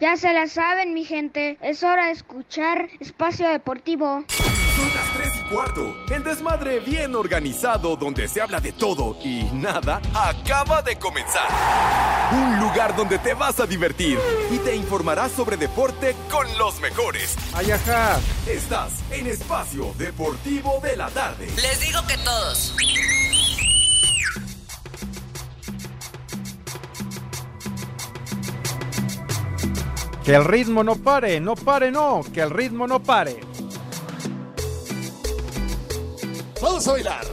Ya se la saben, mi gente. Es hora de escuchar Espacio Deportivo. Son las 3 y cuarto. El desmadre bien organizado donde se habla de todo y nada acaba de comenzar. Un lugar donde te vas a divertir y te informarás sobre deporte con los mejores. Ayaja. Estás en Espacio Deportivo de la Tarde. Les digo que todos. Que el ritmo no pare, no pare, no, que el ritmo no pare. Vamos a bailar.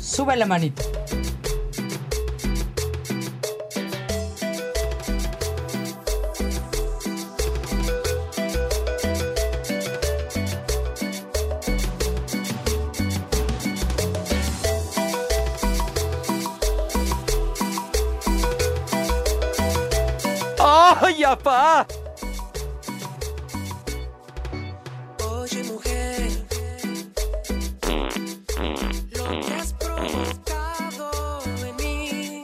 Sube la manita. ¡Ay, apá! Oye, mujer, lo que has provocado en mí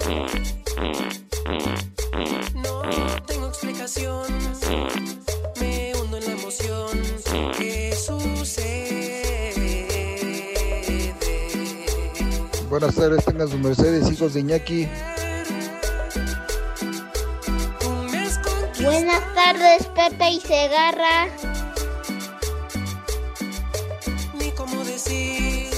no tengo explicación. Me hundo en la emoción que sucede. Buenas tardes, tengan su Mercedes, hijos de Iñaki. Tú me has conquistado. Buenas tardes, Pepe y Segarra. ni cómo decir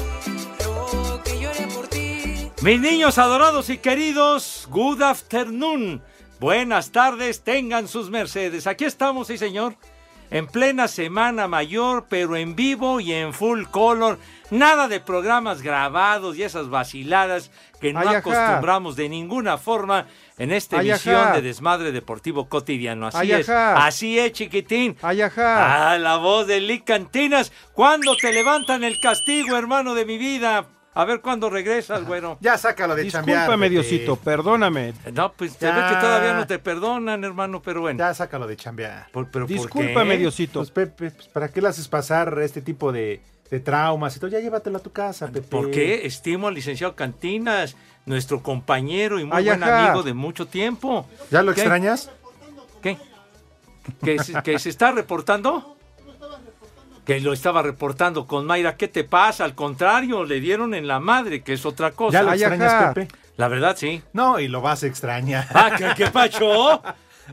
lo que yo haría por ti. Mis niños adorados y queridos, good afternoon. Buenas tardes, tengan sus mercedes. Aquí estamos, sí señor, en plena Semana Mayor, pero en vivo y en full color. Nada de programas grabados y esas vaciladas que no Ay, ajá. acostumbramos de ninguna forma en esta Ay, emisión ajá. de Desmadre Deportivo Cotidiano. Así Ay, es, ajá. así es, chiquitín. Ayaja. Ah, la voz de Lick Cantinas. ¿Cuándo te levantan el castigo, hermano de mi vida? A ver cuándo regresas, bueno. Ya sácalo de chambear. Discúlpame, Pepe. Diosito, perdóname. No, pues se Ya. ve que todavía no te perdonan, hermano, pero bueno. Ya sácalo de chambear. Por- pero ¿por Discúlpame, qué? Diosito. Pues, Pepe, pues, ¿para qué le haces pasar este tipo de, de traumas y todo? Ya llévatelo a tu casa, Pepe. ¿Por qué? Estimo al licenciado Cantinas, nuestro compañero y muy Ay, buen ajá. amigo de mucho tiempo. ¿Ya lo ¿Qué? extrañas? ¿Qué? ¿Que se, que se está reportando? Que lo estaba reportando con Mayra. ¿Qué te pasa? Al contrario, le dieron en la madre, que es otra cosa. ¿Ya lo Ay, ajá. extrañas, Pepe? La verdad, sí. No, y lo vas a extrañar. Ah, ¿qué, qué pacho?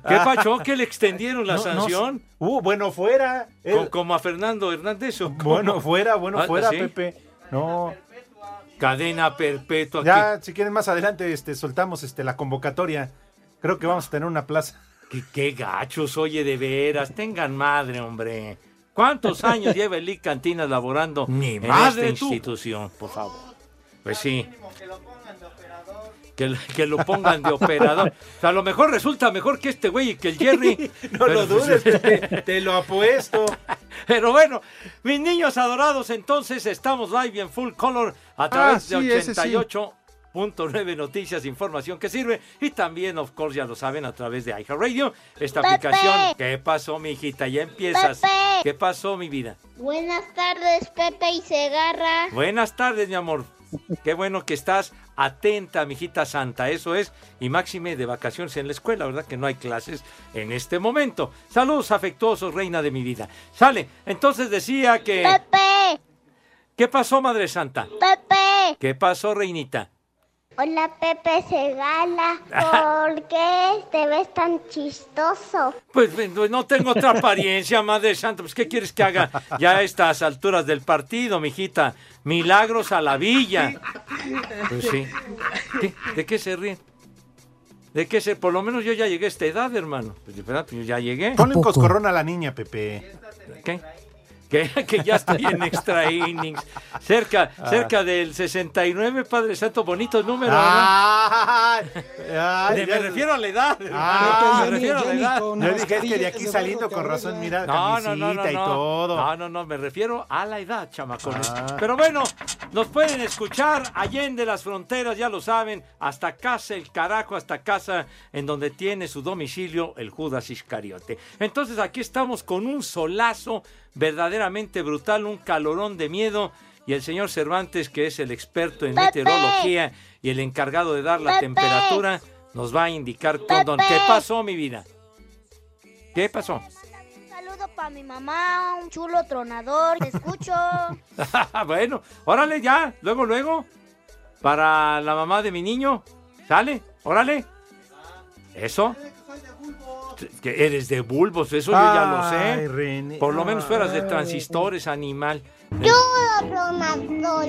¿Qué pacho? ¿Que le extendieron la Ah. No, no sanción? sé. uh, bueno fuera. Co- Él- Como a Fernando Hernández. ¿o cómo? bueno fuera, bueno Ah, fuera, sí. Pepe. No, Cadena perpetua. ya si quieren más adelante este, soltamos este, la convocatoria. Creo que vamos a tener una plaza. ¿Qué, qué gachos, oye, de veras. Tengan madre, hombre. ¿Cuántos años lleva el Lic Cantinas laborando Ni en madre, esta tú. institución? Por favor. Pues sí. Que, lo- que lo pongan de operador. O sea, a lo mejor resulta mejor que este güey y que el Jerry. No lo Pero, pues, dudes, Pepe, te lo apuesto. Pero bueno, mis niños adorados, entonces estamos live y en full color a través Ah, sí, de ese sí. 88.9 Noticias, información que sirve. Y también, of course, ya lo saben, a través de iHeartRadio, esta Pepe. aplicación. ¿Qué pasó, mi hijita? Ya empiezas. Pepe. ¿Qué pasó, mi vida? Buenas tardes, Pepe y Segarra. Buenas tardes, mi amor. Qué bueno que estás atenta, mijita santa. Eso es. Y máxime de vacaciones en la escuela, ¿verdad? Que no hay clases en este momento. Saludos afectuosos, reina de mi vida. Sale. Entonces decía que. Pepe, ¿Qué pasó, Madre Santa? Pepe. ¿Qué pasó, Reinita? Hola, Pepe Segala. ¿Por qué te ves tan chistoso? Pues pues, no tengo otra apariencia, Madre Santa. Pues, ¿qué quieres que haga ya a estas alturas del partido, mijita? Milagros a la villa. Pues sí. ¿Qué? ¿De qué se ríen? ¿De qué se...? Por lo menos yo ya llegué a esta edad, hermano. Pues, de verdad, pues, yo ya llegué. Ponle un poco? coscorrón a la niña, Pepe. ¿Qué? Que, que ya estoy en extra innings. Cerca, Ah. cerca del 69, Padre Santo. Bonito número, ¿verdad? Ay, ay, De- Ah, ya- me refiero a la edad. Ah, hermano, me refiero a la edad. Yo dije, es que de aquí saliendo con razón, mira, camisita y todo. Ah. No, no, no, me refiero a la edad, chamacones. Pero bueno, nos pueden escuchar allende las fronteras, ya lo saben, hasta casa el carajo, hasta casa en donde tiene su domicilio el Judas Iscariote. Entonces aquí estamos con un solazo verdaderamente brutal, un calorón de miedo. Y el señor Cervantes, que es el experto en Pepe. meteorología y el encargado de dar la Pepe. temperatura, nos va a indicar Condón. Pepe. ¿Qué pasó, mi vida? ¿Qué pasó? Un saludo para mi mamá, un chulo tronador, te escucho. bueno, órale ya, luego, luego. Para la mamá de mi niño. ¿Sale? Órale. ¿Eso? Que eres de bulbos, eso yo ya lo Ay, sé. René. Por lo menos fueras de Ay. transistores, animal. Chulo tronador,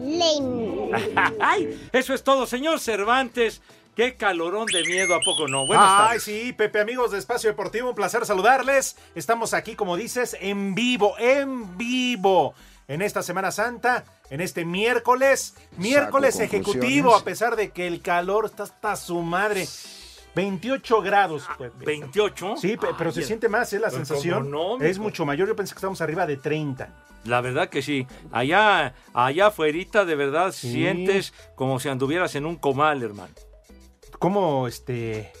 milenio. ¡Ay! Eso es todo, señor Cervantes. ¡Qué calorón de miedo! ¿A poco no? Buenas Ay, tardes. sí, Pepe, amigos de Espacio Deportivo, un placer saludarles. Estamos aquí, como dices, en vivo, en vivo. En esta Semana Santa, en este miércoles, miércoles ejecutivo, conclusiones. a pesar de que el calor está hasta su madre. 28 grados, Pepe. 28. Sí, pe- pero se Ah, Ay, siente más, ¿eh? La pero sensación cómo no, es mijo. mucho mayor. Yo pensé que estamos arriba de 30. La verdad que sí. Allá, allá afuerita, de verdad, Sí. sientes como si anduvieras en un comal, hermano. ¿Cómo, este...?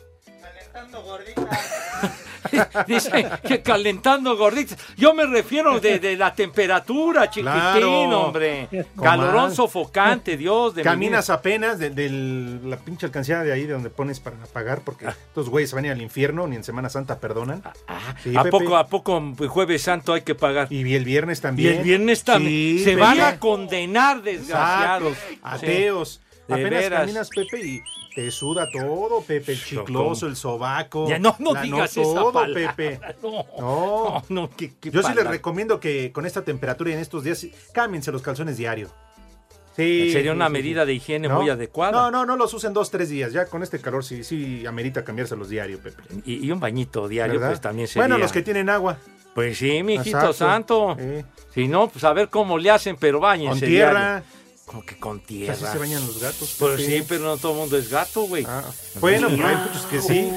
Dice que calentando gorditas. Yo me refiero de, de la temperatura, chiquitín, Claro. hombre. Comal. Calorón sofocante, Dios de mi Caminas apenas de, del- la pinche alcancía de ahí de donde pones para pagar, porque Ah. estos güeyes van a ir al infierno, ni en Semana Santa perdonan. Sí, vida. Ah, ¿A Pepe. poco, a poco pues, jueves santo hay que pagar? Y, Y el viernes también. el viernes Sí, también. Se Pepe. van a condenar, Exacto. desgraciados. Ateos. De Apenas veras. caminas, Pepe, y te suda todo, Pepe. El chicloso, el sobaco. Ya, no, no la digas no esa todo, palabra. Pepe. No, No. no, no, qué- qué Yo sí les palabra. recomiendo que con esta temperatura y en estos días, sí, cámbiense los calzones diario. Sí. Sería sí, una sí, medida sí. de higiene ¿No? muy adecuada. No, no, no los usen dos, tres días. Ya con este calor sí, sí amerita cambiárselos diario, Pepe. Y, y un bañito diario, ¿Verdad? pues también sería. Bueno, los que tienen agua. Pues sí, mijito Exacto. santo. Sí. Si no, pues a ver cómo le hacen, pero bañense. Con tierra. diario. Como que con Así tierra. se bañan los gatos. Pues Pepe. sí, pero no todo el mundo es gato, güey. Ah, bueno, pero hay muchos que sí.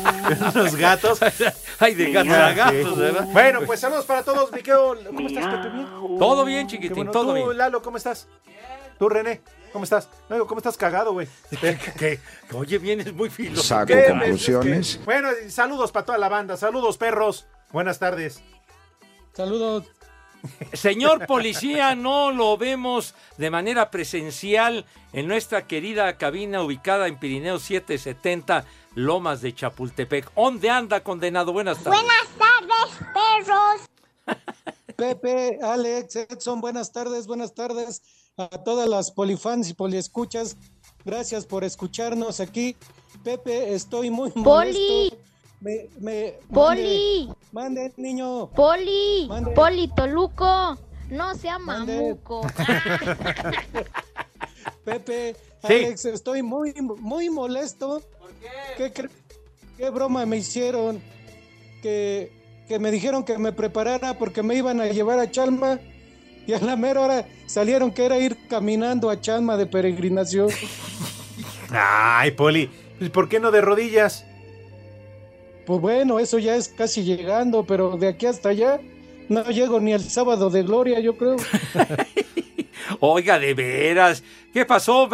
los gatos. Ay, de gatos a gatos, ¿verdad? Bueno, pues saludos para todos, Miqueo. ¿Cómo estás, Pepe? Bien. Todo bien, Qué chiquitín, bueno. todo Tú, bien. Lalo, ¿cómo estás? Tú, René, ¿cómo estás? No, digo, ¿cómo estás cagado, güey? ¿Qué? Oye, vienes muy filoso. Saco ¿Qué? conclusiones. Es que- Bueno, y saludos para toda la banda. Saludos, perros. Buenas tardes. Saludos. Señor policía, no lo vemos de manera presencial en nuestra querida cabina ubicada en Pirineo 770, Lomas de Chapultepec. ¿Dónde anda, condenado? Buenas tardes. Buenas tardes, perros. Pepe, Alex, Edson, buenas tardes, buenas tardes a todas las polifans y poliescuchas. Gracias por escucharnos aquí. Pepe, estoy muy Poli. molesto. Me, me, Poli, Mande, mande, niño. Poli, Mande. Poli Toluco. No sea Mande. mamuco. Pepe, Sí. Alex, estoy muy, muy molesto. ¿Por qué? cre- ¿Qué broma me hicieron? Que, que me dijeron que me preparara porque me iban a llevar a Chalma y a la mera hora salieron que era ir caminando a Chalma de peregrinación. Ay, Poli. pues, ¿Por qué no de rodillas? Pues bueno, eso ya es casi llegando, pero de aquí hasta allá no llego ni al sábado de gloria, yo creo. Oiga, de veras, ¿qué pasó?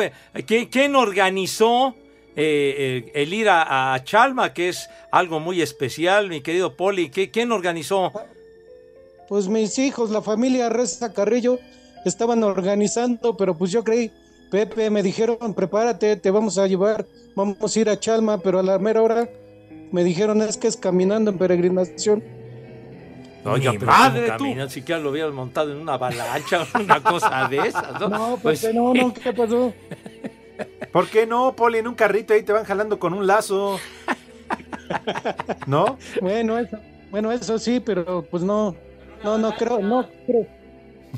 ¿Quién, quién organizó eh, eh, el ir a, a Chalma, que es algo muy especial, mi querido Poli? ¿Qué- ¿Quién organizó? Pues mis hijos, la familia Reza Carrillo, estaban organizando, pero pues yo creí, Pepe, me dijeron, prepárate, te vamos a llevar, vamos a ir a Chalma, pero a la mera hora me dijeron, es que es caminando en peregrinación. Oiga, Mi pero madre, ¿cómo tú. caminan? siquiera lo hubieran montado en una avalancha o una cosa de esas, ¿no? No, Pues, Pepe, no, no, ¿qué pasó? ¿Por qué no, Poli? En un carrito ahí te van jalando con un lazo. ¿No? Bueno, eso, bueno, eso sí, pero pues no, no, no creo, no creo.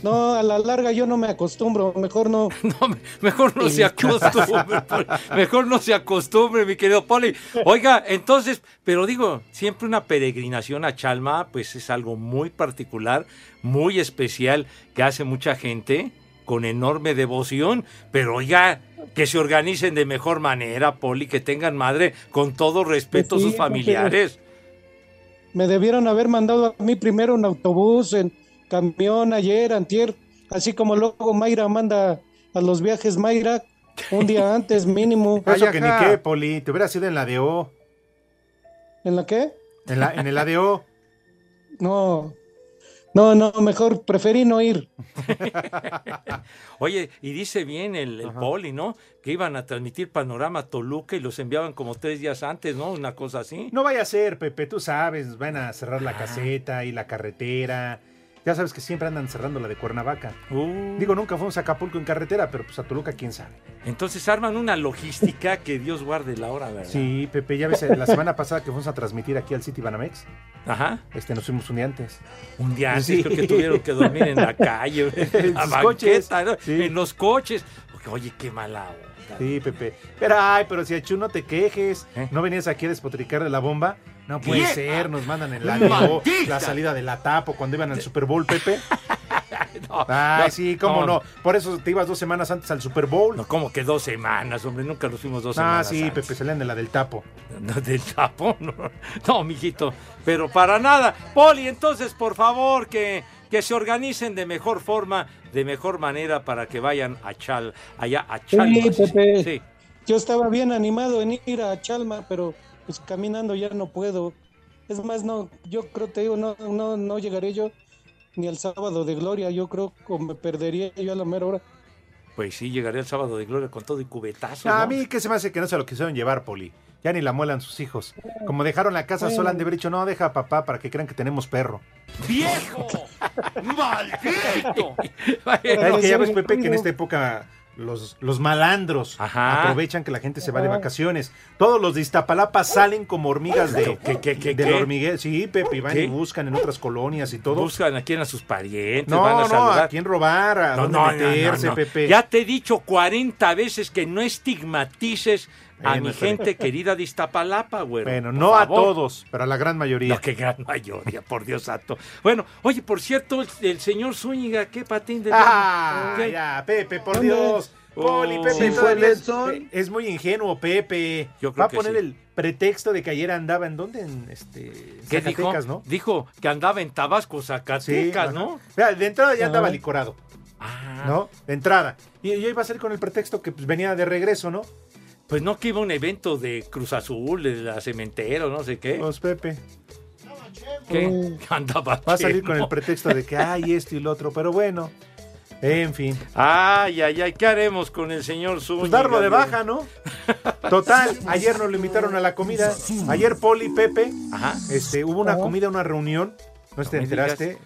No, a la larga yo no me acostumbro, mejor no. no, me- mejor no se acostumbre, Poli. mejor no se acostumbre, mi querido Poli. Oiga, entonces, pero digo, siempre una peregrinación a Chalma, pues es algo muy particular, muy especial, que hace mucha gente con enorme devoción, pero oiga, que se organicen de mejor manera, Poli, que tengan madre, con todo respeto a Pues sí, sus familiares. Me debieron haber mandado a mí primero en autobús, en camión ayer, antier, así como luego Mayra manda a los viajes Mayra un día antes mínimo. Eso Ay, que ni ajá. qué, Poli. Te hubieras ido en la de O. ¿En la qué? En, la, en el ADO. No. No, no, mejor preferí no ir. Oye, y dice bien el, el poli, ¿no? Que iban a transmitir Panorama a Toluca y los enviaban como tres días antes, ¿no? Una cosa así. No vaya a ser, Pepe, tú sabes, van a cerrar Ah. la caseta y la carretera. Ya sabes que siempre andan cerrando la de Cuernavaca. Uh. Digo, nunca fuimos a Acapulco en carretera, pero pues a Toluca, quién sabe. Entonces arman una logística que Dios guarde la hora, ¿verdad? Sí, Pepe, ya ves, eh, la semana pasada que fuimos a transmitir aquí al City Banamex, Ajá. este, nos fuimos un día antes. Un día antes Sí. creo que tuvieron que dormir en la calle, en En la sus coches. banqueta, ¿no? Sí. en los coches. Porque, oye, qué mala onda. Sí, Pepe. Pero, ay, pero si a Chu no te quejes, ¿Eh? no venías aquí a despotricar de la bomba. No puede ¡Vieja! ser, nos mandan en la ¡Maldita! la salida de la tapo cuando iban al Super Bowl, Pepe. No, Ay, no, sí, cómo no. Por eso te ibas dos semanas antes al Super Bowl. No, como que dos semanas, hombre, nunca nos fuimos dos ah, semanas. sí, antes. Pepe, se leen de la del tapo. No, del Japón, no. No, mijito, pero para nada. Poli, entonces, por favor, que, que se organicen de mejor forma, de mejor manera para que vayan a Chal, allá a Chal. Pepe. Sí. Yo estaba bien animado en ir a Chalma, pero pues caminando ya no puedo. Es más, no, yo creo, te digo, no, no, no llegaré yo ni al sábado de gloria. Yo creo que me perdería yo a la mera hora. Pues sí, llegaré el sábado de gloria con todo y cubetazo. A ¿no? mí, ¿qué se me hace que no se lo quisieron llevar, Poli? Ya ni la muelan sus hijos. Como dejaron la casa sola, han de haber dicho, no, deja a papá para que crean que tenemos perro. ¡Viejo! ¡Maldito! Ah, es que ya Parecer ves, Pepe, que en ruido. esta época los, los malandros Ajá. aprovechan que la gente se va de vacaciones. Todos los de Iztapalapa salen como hormigas de, ¿Qué, qué, qué, del qué? hormiguero. Sí, Pepe, y van ¿Qué? y buscan en otras colonias y todo. Buscan a quién a sus parientes, no, van a no, saludar. a quién robar, a dónde meterse, no, no. Pepe. Ya te he dicho 40 veces que no estigmatices a Bueno, mi está gente querida de Iztapalapa, güey. bueno, no a todos, pero a la gran mayoría. No, qué gran mayoría, por Dios santo. Bueno, oye, por cierto, el, el señor Zúñiga, qué patín de... Ah, ¿Qué? ya, Pepe, por ¿Dónde? Dios. Poli, Oh. Pepe, Sí, fue todavía es, Nelson. es muy ingenuo, Pepe. Yo creo Va a que poner sí. el pretexto de que ayer andaba en dónde, en este, en ¿Qué dijo? Zacatecas, ¿no? Dijo que andaba en Tabasco, Zacatecas, ajá. ¿no? O sea, de entrada ya Ajá. andaba licorado, Ah, ¿no? De entrada. Y yo iba a salir con el pretexto que pues, venía de regreso, ¿no? Pues no que iba a un evento de Cruz Azul, de la Cementero, no sé qué. Pues Pepe. ¿Qué? Andaba Va a salir con lleno. el pretexto de que hay esto y lo otro, pero bueno. En fin. Ay, ay, ay, ¿qué haremos con el señor Zúñiga? Pues darlo de Dios? baja, ¿no? Total, ayer nos lo invitaron a la comida. Ayer Poli, Pepe, Ajá. este, hubo una comida, una reunión. No No te me enteraste.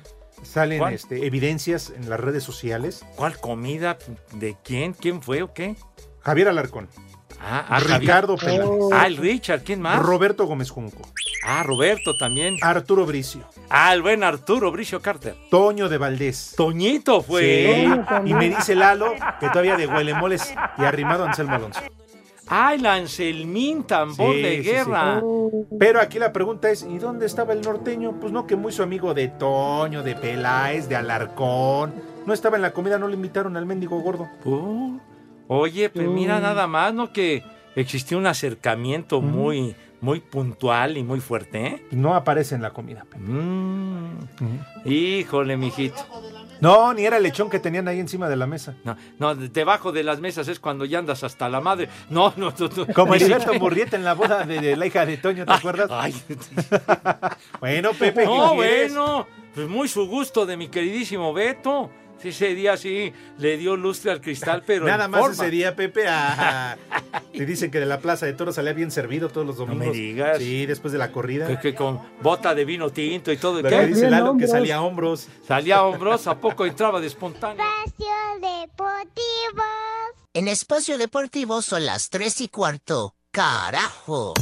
Salen ¿Cuál? este, evidencias en las redes sociales. ¿Cuál comida? ¿De quién? ¿Quién fue o qué? Javier Alarcón, Ah, ah, Javier. Ricardo Pela, Ah, el Richard, ¿quién más? Roberto Gómez Junco, ah, Roberto también. Arturo Bricio, Ah, el buen Arturo Bricio Carter. Toño de Valdés. Toñito fue. Sí, Pues, ah, Y me dice Lalo que todavía de huelemoles y arrimado a Anselmo Alonso. Ah, el Anselmín, tambor Sí, de sí, Oh. sí. guerra. Pero aquí la pregunta es, ¿y dónde estaba el norteño? Pues no, que muy su amigo de Toño, de Peláez, de Alarcón. No estaba en la comida, no le invitaron al mendigo gordo. Uh, oye, pues mira nada más, ¿no? Que existió un acercamiento muy, muy puntual y muy fuerte, ¿eh? No aparece en la comida. Mm. Híjole, mijito. No, ni era el lechón que tenían ahí encima de la mesa. No, no, debajo de las mesas es cuando ya andas hasta la madre. No, no, no. no. Como Ni Heriberto siquiera- Murrieta en la boda de, de la hija de Toño, ¿te acuerdas? Ay, Bueno, Pepe, ¿qué no, quieres? bueno, pues muy su gusto de mi queridísimo Beto. Sí, ese día sí le dio lustre al cristal, pero Nada en más forma. ese día, Pepe. ah, te dicen que de la Plaza de Toros salía bien servido todos los me domingos. digas. Sí, después de la corrida. Que, que con bota de vino tinto y todo. ¿y Lo que qué? dice Bien, Lalo, que hombros. salía a hombros. Salía hombros, ¿a poco entraba de espontáneo? Espacio Deportivo. En Espacio Deportivo son las 3 y cuarto. ¡Carajo!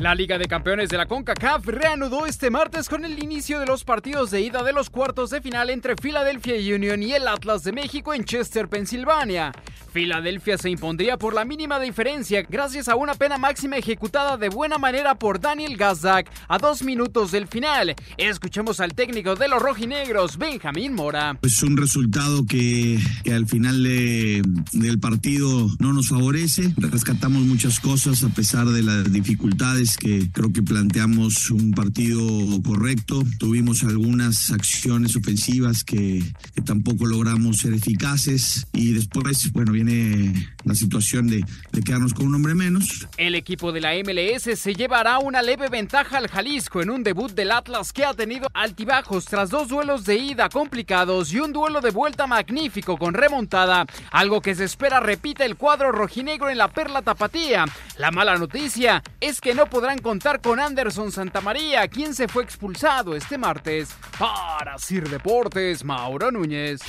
La Liga de Campeones de la CONCACAF reanudó este martes con el inicio de los partidos de ida de los cuartos de final entre Philadelphia Union y el Atlas de México en Chester, Pensilvania. Filadelfia se impondría por la mínima diferencia gracias a una pena máxima ejecutada de buena manera por Daniel Gazdak a dos minutos del final. Escuchemos al técnico de los rojinegros, Benjamín Mora. Es un resultado que, que al final de- del partido no nos favorece. Rescatamos muchas cosas a pesar de las dificultades vez que creo que planteamos un partido correcto. Tuvimos algunas acciones ofensivas que, que tampoco logramos ser eficaces. Y después, bueno, viene la situación de, de quedarnos con un hombre menos. El equipo de la MLS se llevará una leve ventaja al Jalisco en un debut del Atlas que ha tenido altibajos tras dos duelos de ida complicados y un duelo de vuelta magnífico con remontada, algo que se espera repita el cuadro rojinegro en la Perla Tapatía. La mala noticia es que no podrán contar con Anderson Santamaría, quien se fue expulsado este martes. Para Sir Deportes, Mauro Núñez.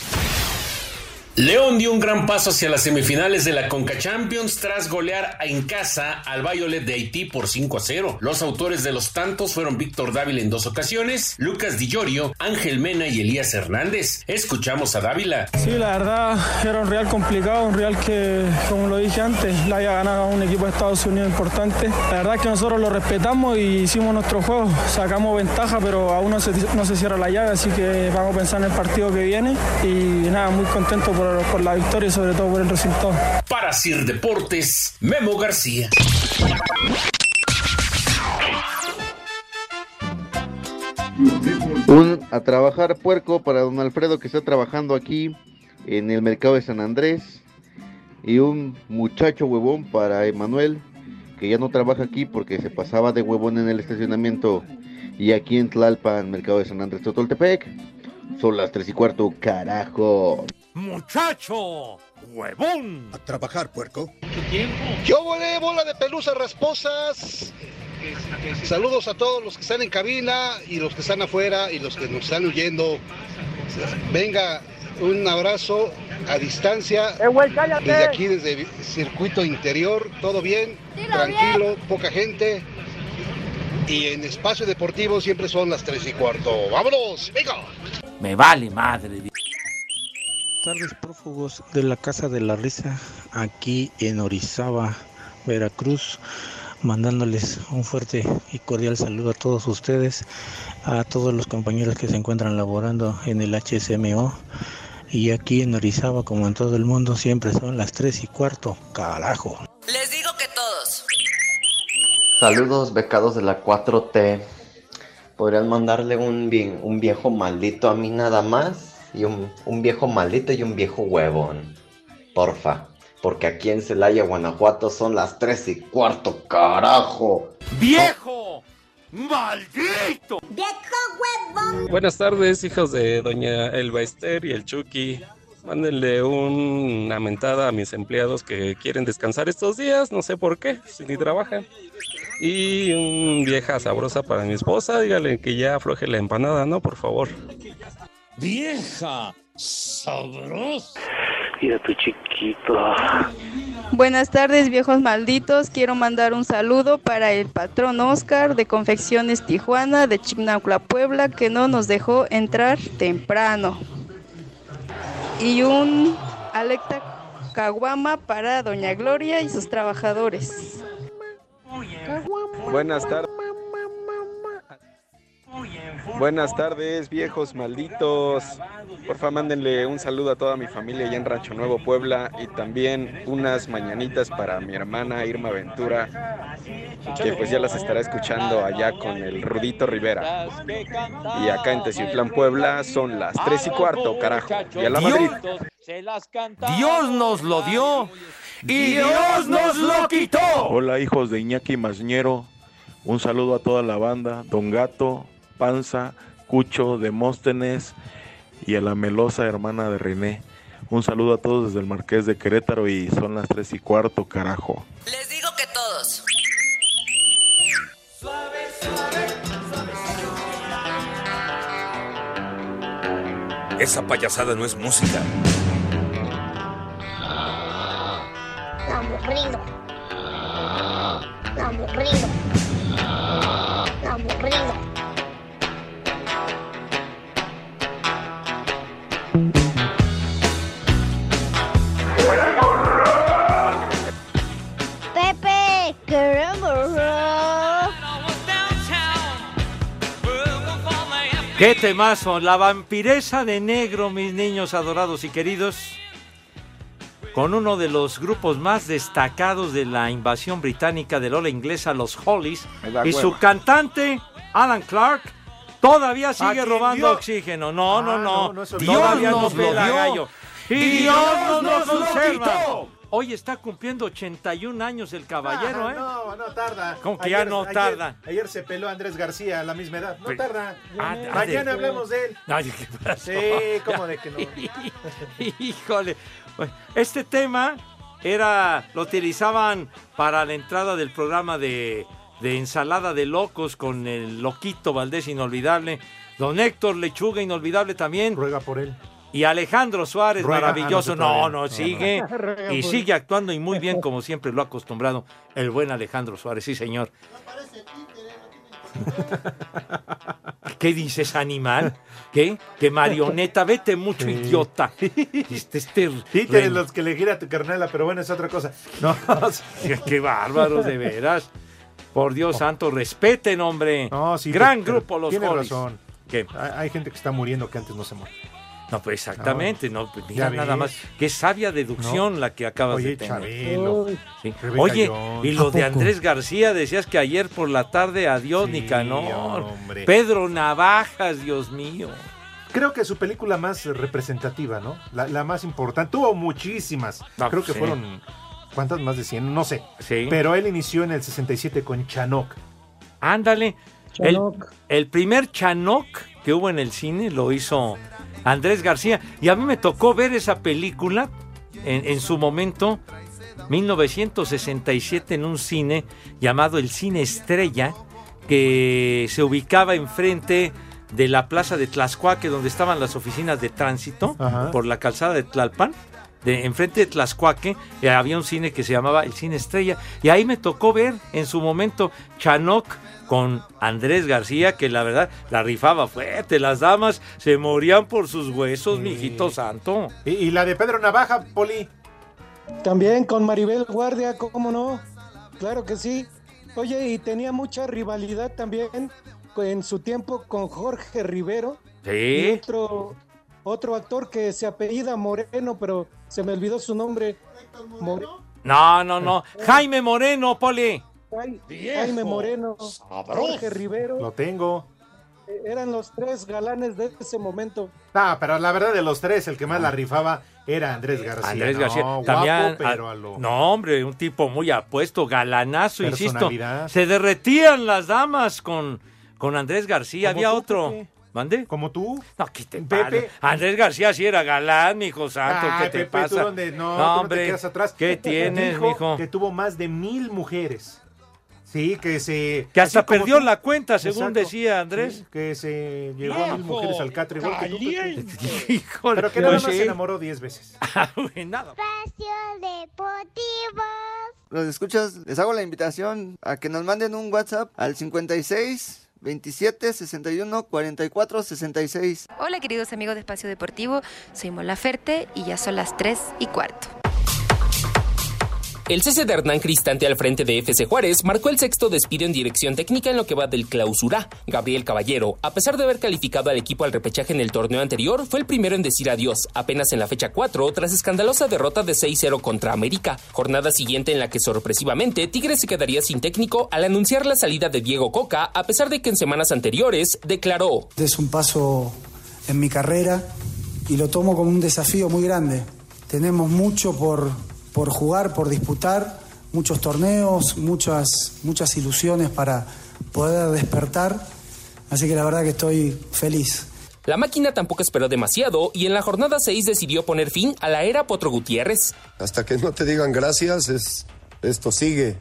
León dio un gran paso hacia las semifinales de la Conca Champions tras golear en casa al Violet de Haití por 5 a 0. Los autores de los tantos fueron Víctor Dávila en dos ocasiones, Lucas Di Llorio, Ángel Mena y Elías Hernández. Escuchamos a Dávila. Sí, la verdad era un real complicado, un real que, como lo dije antes, la había ganado a un equipo de Estados Unidos importante. La verdad es que nosotros lo respetamos y hicimos nuestro juego, sacamos ventaja, pero aún no se, no se cierra la llave, así que vamos a pensar en el partido que viene y nada, muy contento por por, por, la victoria y sobre todo por el resultado. Para Sir Deportes, Memo García. Un a trabajar puerco para don Alfredo que está trabajando aquí en el mercado de San Andrés. Y un muchacho huevón para Emanuel que ya no trabaja aquí porque se pasaba de huevón en el estacionamiento. Y aquí en Tlalpan, mercado de San Andrés Totoltepec, son las 3 y cuarto, carajo. ¡Muchacho! ¡Huevón! A trabajar, puerco. Yo volé bola de pelusa rasposas. Saludos a todos los que están en cabina y los que están afuera y los que nos están huyendo. Venga, un abrazo a distancia. Desde aquí, desde el circuito interior, todo bien, tranquilo, poca gente. Y en espacio deportivo siempre son las 3 y cuarto. ¡Vámonos! ¡Venga! Me vale madre. Tardes prófugos de la Casa de la Risa, aquí en Orizaba, Veracruz, mandándoles un fuerte y cordial saludo a todos ustedes, a todos los compañeros que se encuentran laborando en el HSMO. Y aquí en Orizaba, como en todo el mundo, siempre son las 3 y cuarto, carajo. Les digo que todos. Saludos, becados de la 4T. Podrían mandarle un, bien, un viejo maldito a mí nada más y un, un, viejo maldito y un viejo huevón. Porfa. Porque aquí en Celaya, Guanajuato, son las 3 y cuarto, carajo. ¡Viejo! ¡Maldito! ¡Viejo huevón! Buenas tardes, hijos de Doña Elba Ester y el Chucky. Mándenle una mentada a mis empleados que quieren descansar estos días, no sé por qué, si ni trabajan. Y un vieja sabrosa para mi esposa, dígale que ya afloje la empanada, ¿no? Por favor vieja sabrosa. Mira tu chiquito. Buenas tardes, viejos malditos. Quiero mandar un saludo para el patrón Oscar de Confecciones Tijuana de Chignacuala, Puebla, que no nos dejó entrar temprano. Y un Alecta Caguama para Doña Gloria y sus trabajadores. Buenas tardes. Buenas tardes, viejos malditos. Porfa, mándenle un saludo a toda mi familia allá en Rancho Nuevo, Puebla, y también unas mañanitas para mi hermana Irma Ventura, que pues ya las estará escuchando allá con el Rudito Rivera. Y acá en Teciutlán, Puebla, son las 3 y cuarto, carajo. Y a la Madrid. Dios nos lo dio y Dios nos lo quitó. Hola, hijos de Iñaki Masñero. Un saludo a toda la banda, Don Gato, Panza, Cucho, Demóstenes y a la melosa hermana de René. Un saludo a todos desde el Marqués de Querétaro y son las 3 y cuarto, carajo. Les digo que todos. Suave, suave, suave, Esa payasada no es música. Aburrido. Aburrido. Aburrido. Pepe, ¿Qué temazo? La vampireza de negro, mis niños adorados y queridos. con uno de los grupos más destacados de la invasión británica del ola inglesa, los Hollies, da y su hueva. cantante, Alan Clark, todavía sigue quién robando dio? oxígeno. No, Ah, no, no, no, no, eso no. todavía no Dios nos lo pela dio. gallo. Y Y Dios nos Dios nos lo conserva. quitó. Hoy está cumpliendo 81 años el caballero, Ah, ¿eh? No, no tarda. Como que ya no tarda. Ayer, se peló Andrés García a la misma edad. No Pero- tarda. Ah, ah, Mañana de- hablemos de él. Ay, ¿qué pasó? Sí, cómo de que no. Híjole. Bueno, Este tema era lo utilizaban para la entrada del programa de, de ensalada de locos con el loquito Valdés inolvidable, don Héctor Lechuga inolvidable también. Ruega por él. Y Alejandro Suárez, Ruega- maravilloso. Ah, no, todavía No, no. no, sigue. No, no. Ruega Y por sigue actuando y muy bien, como siempre lo ha acostumbrado el buen Alejandro Suárez. Sí, señor. ¿Qué dices, animal? ¿Qué? ¿Qué marioneta? Vete mucho, idiota. Este, este Títeres los que le gira a tu carnala, pero bueno, es otra cosa. No, Qué bárbaros, de veras. Por Dios santo, respeten, hombre. No, sí, Gran pero grupo, los tiene Hollies. razón. Hay, hay gente que está muriendo que antes no se muere. No, pues exactamente. No, pues, mira Ya nada ves. más. Qué sabia deducción la que acabas Oye, de tener. Chabelo. Sí. Rebeca Oye, Jones. y lo ¿A de poco? Andrés García, decías que ayer por la tarde, adiós, ni Nicanor. hombre. Pedro Navajas, Dios mío. Creo que su película más representativa, ¿no? La, la más importante. Tuvo muchísimas. Ah, Creo que sí. fueron. ¿Cuántas más de 100? No sé. Sí. Pero él inició en el 67 con Chanok. Ándale. El, el primer Chanoc que hubo en el cine lo hizo Andrés García. Y a mí me tocó ver esa película en, en su momento, 1967, en un cine llamado el Cine Estrella, que se ubicaba enfrente de la plaza de Tlaxcuaque, donde estaban las oficinas de tránsito, Ajá. por la calzada de Tlalpan. De, enfrente de Tlaxcuaque eh, había un cine que se llamaba el Cine Estrella y ahí me tocó ver en su momento Chanoc con Andrés García que la verdad la rifaba fuerte, las damas se morían por sus huesos, mijito santo. Y, y la de Pedro Navaja, Poli. También con Maribel Guardia, ¿cómo no? Claro que sí. Oye, y tenía mucha rivalidad también en su tiempo con Jorge Rivero. Y Sí. otro, otro actor que se apellida Moreno, pero se me olvidó su nombre. Moreno. No, no, no. Jaime Moreno, Poli. Jaime Moreno, Jorge Rivero. Lo tengo. eh, Eran los tres galanes de ese momento. Ah, pero la verdad de los tres, el que más la rifaba era Andrés García. Andrés No, García. guapo, También, pero ah, a lo- No, hombre, un tipo muy apuesto, galanazo, insisto. Personalidad. Se derretían las damas con, con Andrés García. Había otro. ¿Mande? ¿Como tú? No, ¿qué te Pepe. pasa? Andrés García sí era galán, mijo santo. Ay, ¿Qué te Pepe, ¿tú pasa? dónde? No, tú No, no hombre. te quedas atrás. ¿Qué tienes, Dijo mijo? Que tuvo más de mil mujeres. Sí, que se. Que hasta así como perdió tú. la cuenta, según Exacto. decía Andrés. Sí, que se llegó a mil Viejo mujeres al catre. igual que tú, Pepe. Híjole. Pero que nada Pues más sí. se enamoró diez veces. nada. Los escuchas, les hago la invitación a que nos manden un WhatsApp al 56 27 61 44 66. Hola queridos amigos de Espacio Deportivo, soy Mola Ferte y ya son las 3 y cuarto. El cese de Hernán Cristante al frente de FC Juárez marcó el sexto despido en dirección técnica en lo que va del clausura. Gabriel Caballero, a pesar de haber calificado al equipo al repechaje en el torneo anterior, fue el primero en decir adiós, apenas en la fecha 4, tras escandalosa derrota de 6-0 contra América, jornada siguiente en la que sorpresivamente Tigres se quedaría sin técnico al anunciar la salida de Diego Coca, a pesar de que en semanas anteriores declaró. Este es un paso en mi carrera y lo tomo como un desafío muy grande. Tenemos mucho por, por jugar, por disputar, muchos torneos, muchas, muchas ilusiones para poder despertar. Así que la verdad que estoy feliz. La máquina tampoco esperó demasiado y en la jornada 6 decidió poner fin a la era Potro Gutiérrez. Hasta que no te digan gracias, es, esto sigue.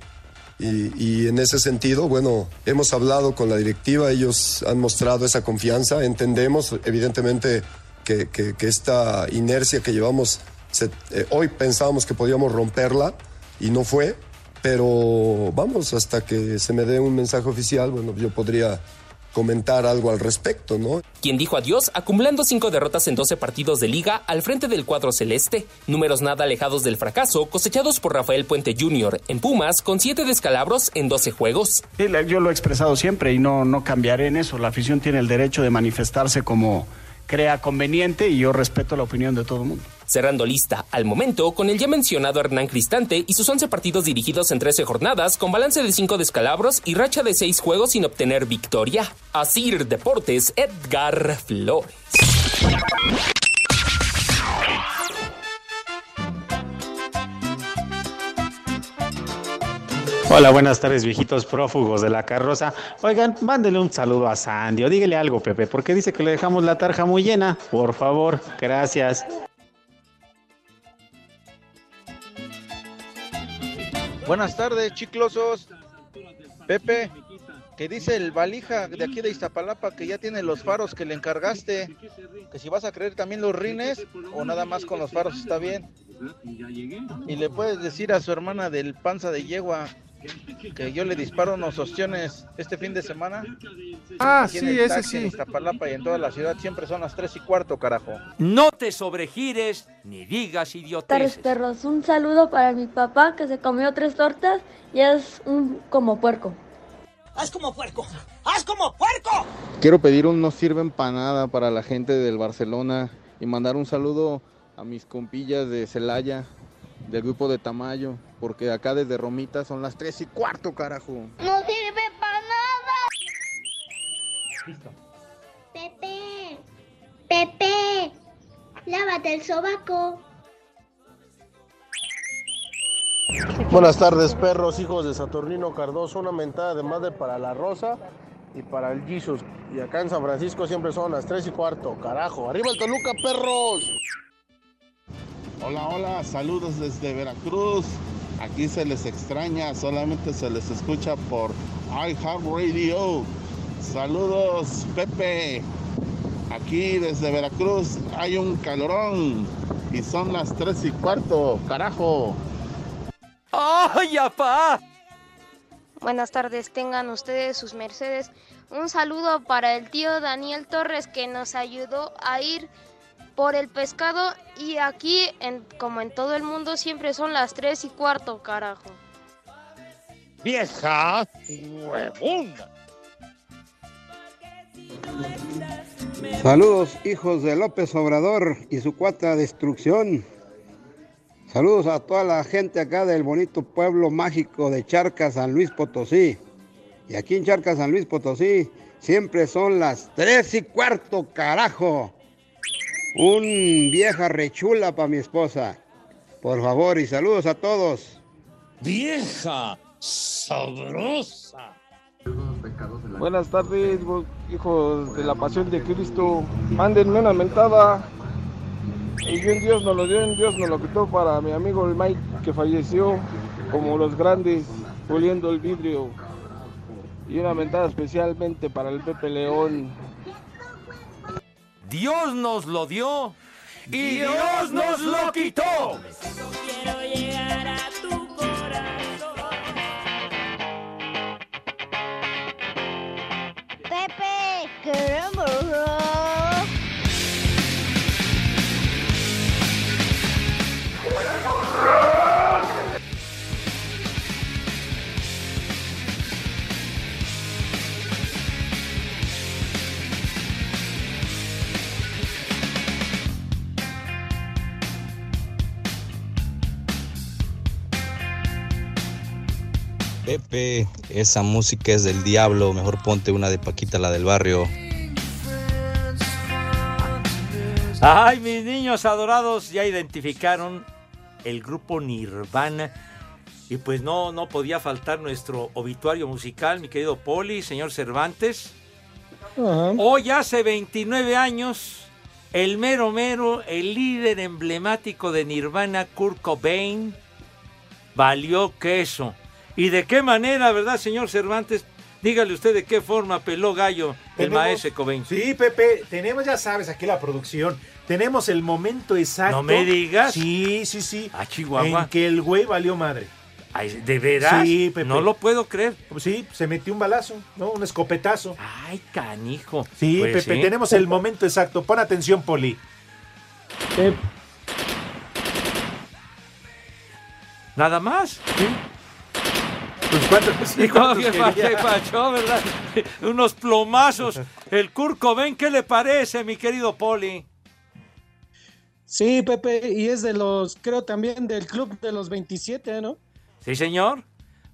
Y, y en ese sentido, bueno, hemos hablado con la directiva, ellos han mostrado esa confianza, entendemos evidentemente que, que- que esta inercia que llevamos, se- eh, hoy pensábamos que podíamos romperla y no fue, pero vamos, hasta que se me dé un mensaje oficial, bueno, yo podría comentar algo al respecto, ¿no? quien dijo adiós acumulando cinco derrotas en 12 partidos de liga al frente del cuadro celeste, números nada alejados del fracaso cosechados por Rafael Puente Jr. en Pumas con siete descalabros en 12 juegos. Sí, la- Yo lo he expresado siempre y no, no cambiaré en eso. La afición tiene el derecho de manifestarse como crea conveniente y yo respeto la opinión de todo el mundo. cerrando lista al momento con el ya mencionado Hernán Cristante y sus 11 partidos dirigidos en 13 jornadas con balance de 5 descalabros y racha de 6 juegos sin obtener victoria. Asir Deportes, Edgar Flores. Hola, buenas tardes, viejitos prófugos de la carroza. Oigan, mándenle un saludo a Sandy o dígale algo, Pepe, porque dice que le dejamos la tarja muy llena. Por favor, gracias. Buenas tardes, chiclosos. Pepe, que dice el valija de aquí de Iztapalapa que ya tiene los faros que le encargaste. Que si vas a creer también los rines o nada más con los faros está bien. Y le puedes decir a su hermana del panza de yegua que yo le disparo unos ostiones este fin de semana. Ah, Aquí en sí, el ese taxi, En sí. Iztapalapa y en toda la ciudad siempre son las tres y cuarto, carajo. No te sobregires ni digas idioteces. Tardes perros, un saludo para mi papá que se comió tres tortas y es un como puerco. ¡Haz como puerco! ¡Haz como puerco! Quiero pedir un no sirve empanada para la gente del Barcelona y mandar un saludo a mis compillas de Celaya, del grupo de Tamayo, porque acá desde Romita son las 3 y cuarto, carajo. No sirve para nada. Pepe, Pepe, lávate el sobaco. Buenas tardes, perros, hijos de Saturnino Cardoso. Una mentada de madre para la Rosa y para el Jesus. Y acá en San Francisco siempre son las 3 y cuarto. Carajo, arriba el Toluca, perros. Hola, hola, saludos desde Veracruz. Aquí se les extraña, solamente se les escucha por iHeartRadio. Saludos, Pues, Pepe. Aquí desde Veracruz hay un calorón y son las tres y cuarto, carajo. ¡Ay, apá! Buenas tardes, tengan ustedes sus mercedes. Un saludo para el tío Daniel Torres que nos ayudó a ir por el pescado y aquí, en, como en todo el mundo, siempre son las 3 y cuarto, carajo. Vieja huevona. Saludos, hijos de López Obrador y su cuata destrucción. Saludos a toda la gente acá del bonito pueblo mágico de Charca San Luis Potosí. Y aquí en Charca San Luis Potosí siempre son las tres y cuarto, carajo. Un vieja rechula para mi esposa. Por favor, y saludos a todos. Vieja sabrosa. Buenas tardes, vos- hijos de la pasión de Cristo. Mándenme una mentada. Y bien Dios nos lo dio, en Dios nos lo quitó para mi amigo el Mike que falleció como los grandes puliendo el vidrio. Y una mentada especialmente para el Pepe León. Dios nos lo dio y Dios nos lo quitó. Pepe, queremos. Pepe, esa música es del diablo, mejor ponte una de Paquita, la del barrio. Ay, mis niños adorados ya identificaron el grupo Nirvana. Y pues no, no podía faltar nuestro obituario musical, mi querido Poli, señor Cervantes. Hoy hace 29 años, el mero mero, el líder emblemático de Nirvana, Kurt Cobain, valió queso. ¿Y de qué manera, verdad, señor Cervantes? Dígale usted de qué forma peló gallo el Tenemos- maestro Cobain. Sí, Pepe, tenemos, ya sabes, aquí la producción. Tenemos el momento exacto. No me digas. Sí, sí, sí. A Chihuahua. En que el güey valió madre. Ay, ¿De veras? Sí, Pepe. No lo puedo creer. Sí, se metió un balazo, ¿no? Un escopetazo. Ay, canijo. Sí, Pues Pepe, sí. tenemos el momento exacto. Pon atención, Poli. ¿Nada más? Pues cuántos. ¿Y cómo cuántos que pa- quería? qué pacho, verdad? Unos plomazos. El Curco, ven, ¿qué le parece, mi querido Poli? Sí, Pepe, y es de los, creo también del club de los 27, ¿no? Sí, señor.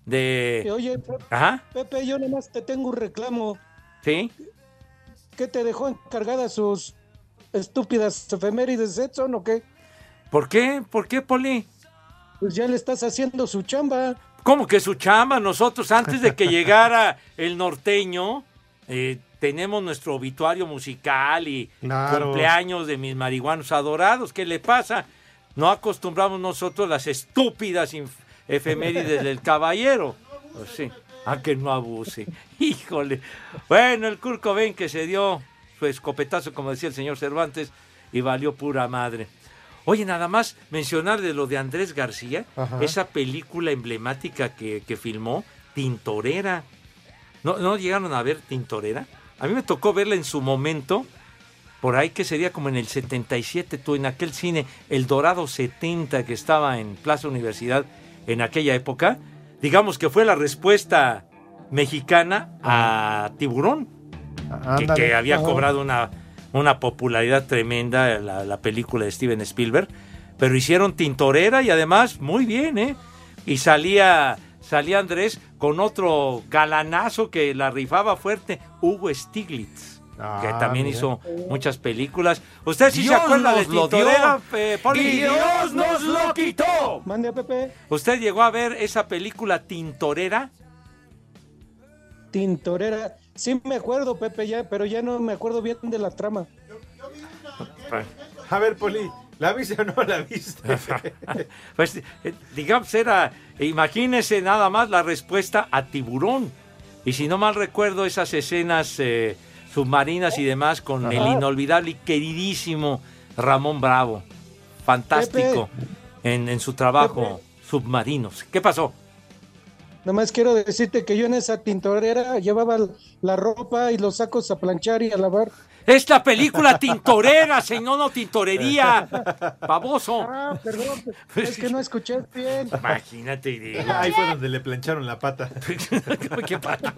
Y De. Oye, Pe- Ajá. Pepe, yo nomás te tengo un reclamo. Sí. ¿Qué te dejó encargada sus estúpidas efemérides Edson o qué? ¿Por qué? ¿Por qué, Poli? Pues ya le estás haciendo su chamba. ¿Cómo que su chamba? Nosotros antes de que llegara el norteño, eh, tenemos nuestro obituario musical y Claro. cumpleaños de mis marihuanos adorados. ¿Qué le pasa? No acostumbramos nosotros las estúpidas inf- efemérides del caballero. Pues sí, a que no abuse. Híjole. Bueno, el Curco ven que se dio su escopetazo, como decía el señor Cervantes, y valió pura madre. Oye, nada más mencionar de lo de Andrés García, Ajá. esa película emblemática que, que filmó, Tintorera. ¿No, ¿No llegaron a ver Tintorera? A mí me tocó verla en su momento, por ahí que sería como en el 77, tú en aquel cine, El Dorado 70 que estaba en Plaza Universidad en aquella época, digamos que fue la respuesta mexicana a Tiburón, que, Ándale. que había Ajá. cobrado una, una popularidad tremenda la, la película de Steven Spielberg, pero hicieron Tintorera y además muy bien, ¿eh? Y salía, salía Andrés con otro galanazo que la rifaba fuerte, Hugo Stiglitz. Que Ah, también mira. hizo muchas películas. ¿Usted sí Dios se acuerda de nos lo Tintorera, dio. eh, Poli? Y Dios nos lo quitó. Mande a Pepe. ¿Usted llegó a ver esa película Tintorera? Tintorera. Sí me acuerdo, Pepe, ya, pero ya no me acuerdo bien de la trama. A ver, Poli, ¿la viste o no la viste? Pues, eh, digamos, era, imagínese nada más la respuesta a tiburón. Y si no mal recuerdo, esas escenas eh, submarinas y demás con Ajá. el inolvidable y queridísimo Ramón Bravo. Fantástico en, en su trabajo, submarinos. ¿Qué pasó? Nomás quiero decirte que yo en esa tintorera llevaba la ropa y los sacos a planchar y a lavar. Es la película Tintorera, señor, no tintorería. Baboso. Ah, perdón, es que no escuché bien. Imagínate, digo. Ahí fue donde le plancharon la pata. ¿Qué pacho?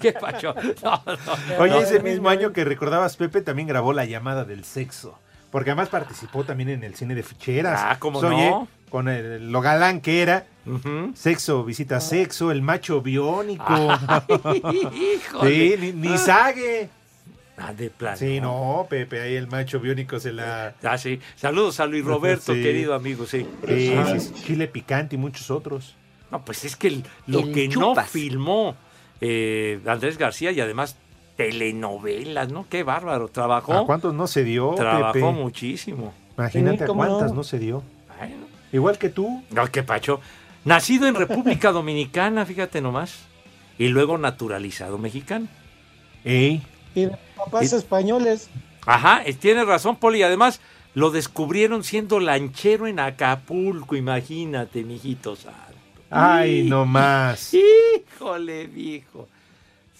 ¿Qué pacho? No, no. Oye, No. ese mismo año que recordabas, Pepe también grabó La llamada del sexo. Porque además participó también en el cine de ficheras. Ah, ¿cómo Pues, no? Con el- lo galán que era. Ujú. Sexo, Ah. visita sexo, el macho biónico. Ay, sí, híjole. ni, ni sague. Ah, de plano. Sí, no, Pepe, ahí el macho biónico se la... Ah, sí. Saludos a Luis Roberto, Sí. querido amigo, sí. Sí, Ah. sí, sí, chile picante y muchos otros. No, pues es que el- lo El que no chupas. filmó eh, Andrés García y además telenovelas, ¿no? Qué bárbaro. Trabajó. ¿A cuántos no se dio, Trabajó Pepe? muchísimo. Imagínate Sí, a cómo cuántas no. no se dio. Bueno. Igual que tú. No, qué pacho. Nacido en República Dominicana, fíjate nomás. Y luego naturalizado mexicano. Y de papás españoles. Ajá, eh, tiene razón, Poli. Además, lo descubrieron siendo lanchero en Acapulco, imagínate, mijito santo. Ay, no más. Híjole, viejo.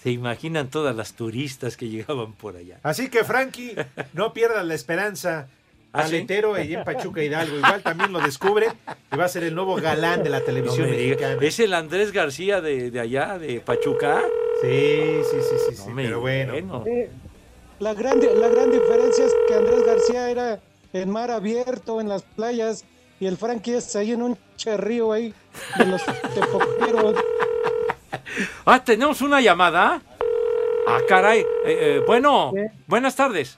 Se imaginan todas las turistas que llegaban por allá. Así que, Frankie, no pierdas la esperanza. ¿Ah, sí? Aletero ahí en Pachuca Hidalgo. Igual también lo descubre y va a ser el nuevo galán de la televisión No me diga. mexicana. ¿Es el Andrés García de, de allá, de Pachuca? Sí, sí, sí, sí. sí, me pero bueno. Eh, la, gran, di- la gran diferencia es que Andrés García era en mar abierto, en las playas, y el Frankie es ahí en un cherrío ahí de los tepoperos. Ah, tenemos una llamada. Ah, caray. Eh, eh, bueno, buenas tardes.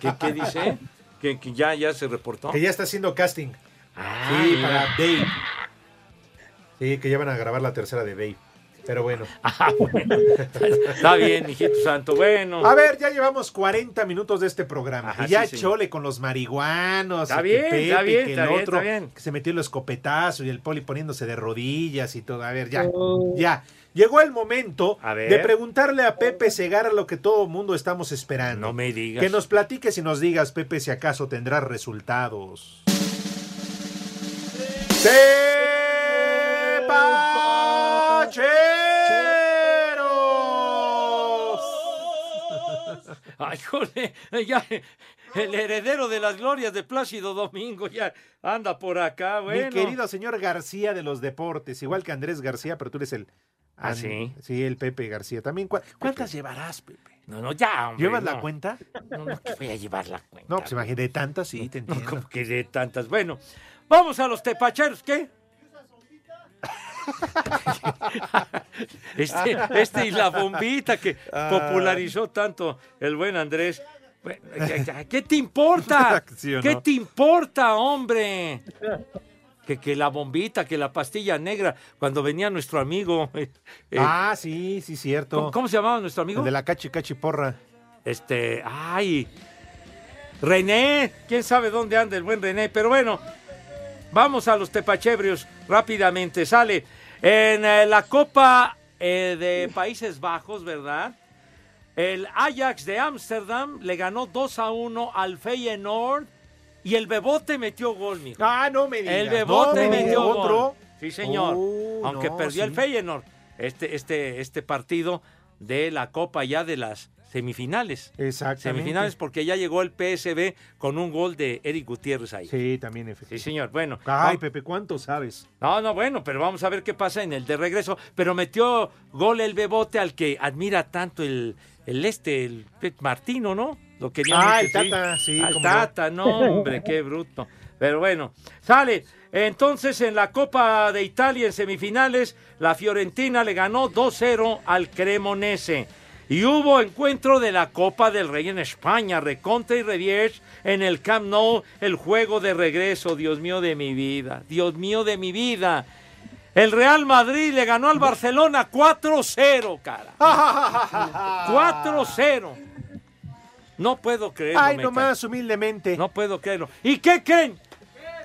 ¿Qué, qué dice? ¿Que, que ya, ya se reportó. Que ya está haciendo casting. sí, mira. para Dave. Sí, que ya van a grabar la tercera de Dave. Pero bueno. Ah, Está bien, hijito santo. Bueno. A ver, ya llevamos 40 minutos de este programa. Ajá, y ya sí, señor. chole con los marihuanos. Está y que bien, Pepe, está y bien, que está el bien, otro, está bien. Que se metió el escopetazo y el poli poniéndose de rodillas y todo. A ver, ya. Ya. Llegó el momento ver. de preguntarle a Pepe Segarra lo que todo mundo estamos esperando. No me digas. Que nos platiques y nos digas, Pepe, si acaso tendrá resultados. Ay, jole, eh, ya, el heredero de las glorias de Plácido Domingo ya anda por acá, bueno. Mi querido señor García de los deportes, igual que Andrés García, pero tú eres el. Ah, sí. Sí, el Pepe García. También, ¿Cuá- ¿Cuántas llevarás, Pepe? No, no, ya, hombre. ¿Llevas la no. cuenta? No, no, que voy a llevar la cuenta. No, pues imagínate, de tantas, sí, te entiendo. como que de tantas. Bueno, vamos a los tepacheros, ¿qué? este, este y la bombita que Ah. popularizó tanto el buen Andrés. Bueno, ya, ya, ¿Qué te importa? Sí o ¿Qué no? te importa, hombre? Que, que la bombita, que la pastilla negra, cuando venía nuestro amigo. eh, eh, ah, sí, sí, cierto. ¿Cómo, cómo se llamaba nuestro amigo? El de la cachi cachi porra. Este, ay. René, quién sabe dónde anda el buen René, pero bueno, vamos a los tepachebrios rápidamente. Sale en eh, la Copa eh, de Países Bajos, ¿verdad? El Ajax de Ámsterdam le ganó 2 a 1 al Feyenoord y el Bebote metió gol, mijo. Ah, no me digas. El Bebote No, metió otro. gol. Sí, señor. Oh, Aunque no, perdió el sí. Feyenoord este, este, este partido de la Copa ya de las semifinales. Exactamente. Semifinales porque ya llegó el PSB con un gol de Eric Gutiérrez ahí. Sí, también efectivamente. Sí, señor. Bueno. Ay, vam- Pepe, ¿cuánto sabes? No, no, bueno, pero vamos a ver qué pasa en el de regreso. Pero metió gol el Bebote al que admira tanto el, el este, el Pep Martino, ¿no? Lo quería Ah, mucho, el Tata, sí, Al cómo no. Tata, no, hombre, qué bruto. Pero bueno, sale. Entonces en la Copa de Italia en semifinales, la Fiorentina le ganó 2-0 al Cremonese. Y hubo encuentro de la Copa del Rey en España, Recontra y Reviers en el Camp Nou, el juego de regreso, Dios mío de mi vida, Dios mío de mi vida. El Real Madrid le ganó al Barcelona 4-0, cara. 4-0. No puedo creerlo. Ay, Meca. nomás, humildemente. No puedo creerlo. ¿Y qué creen?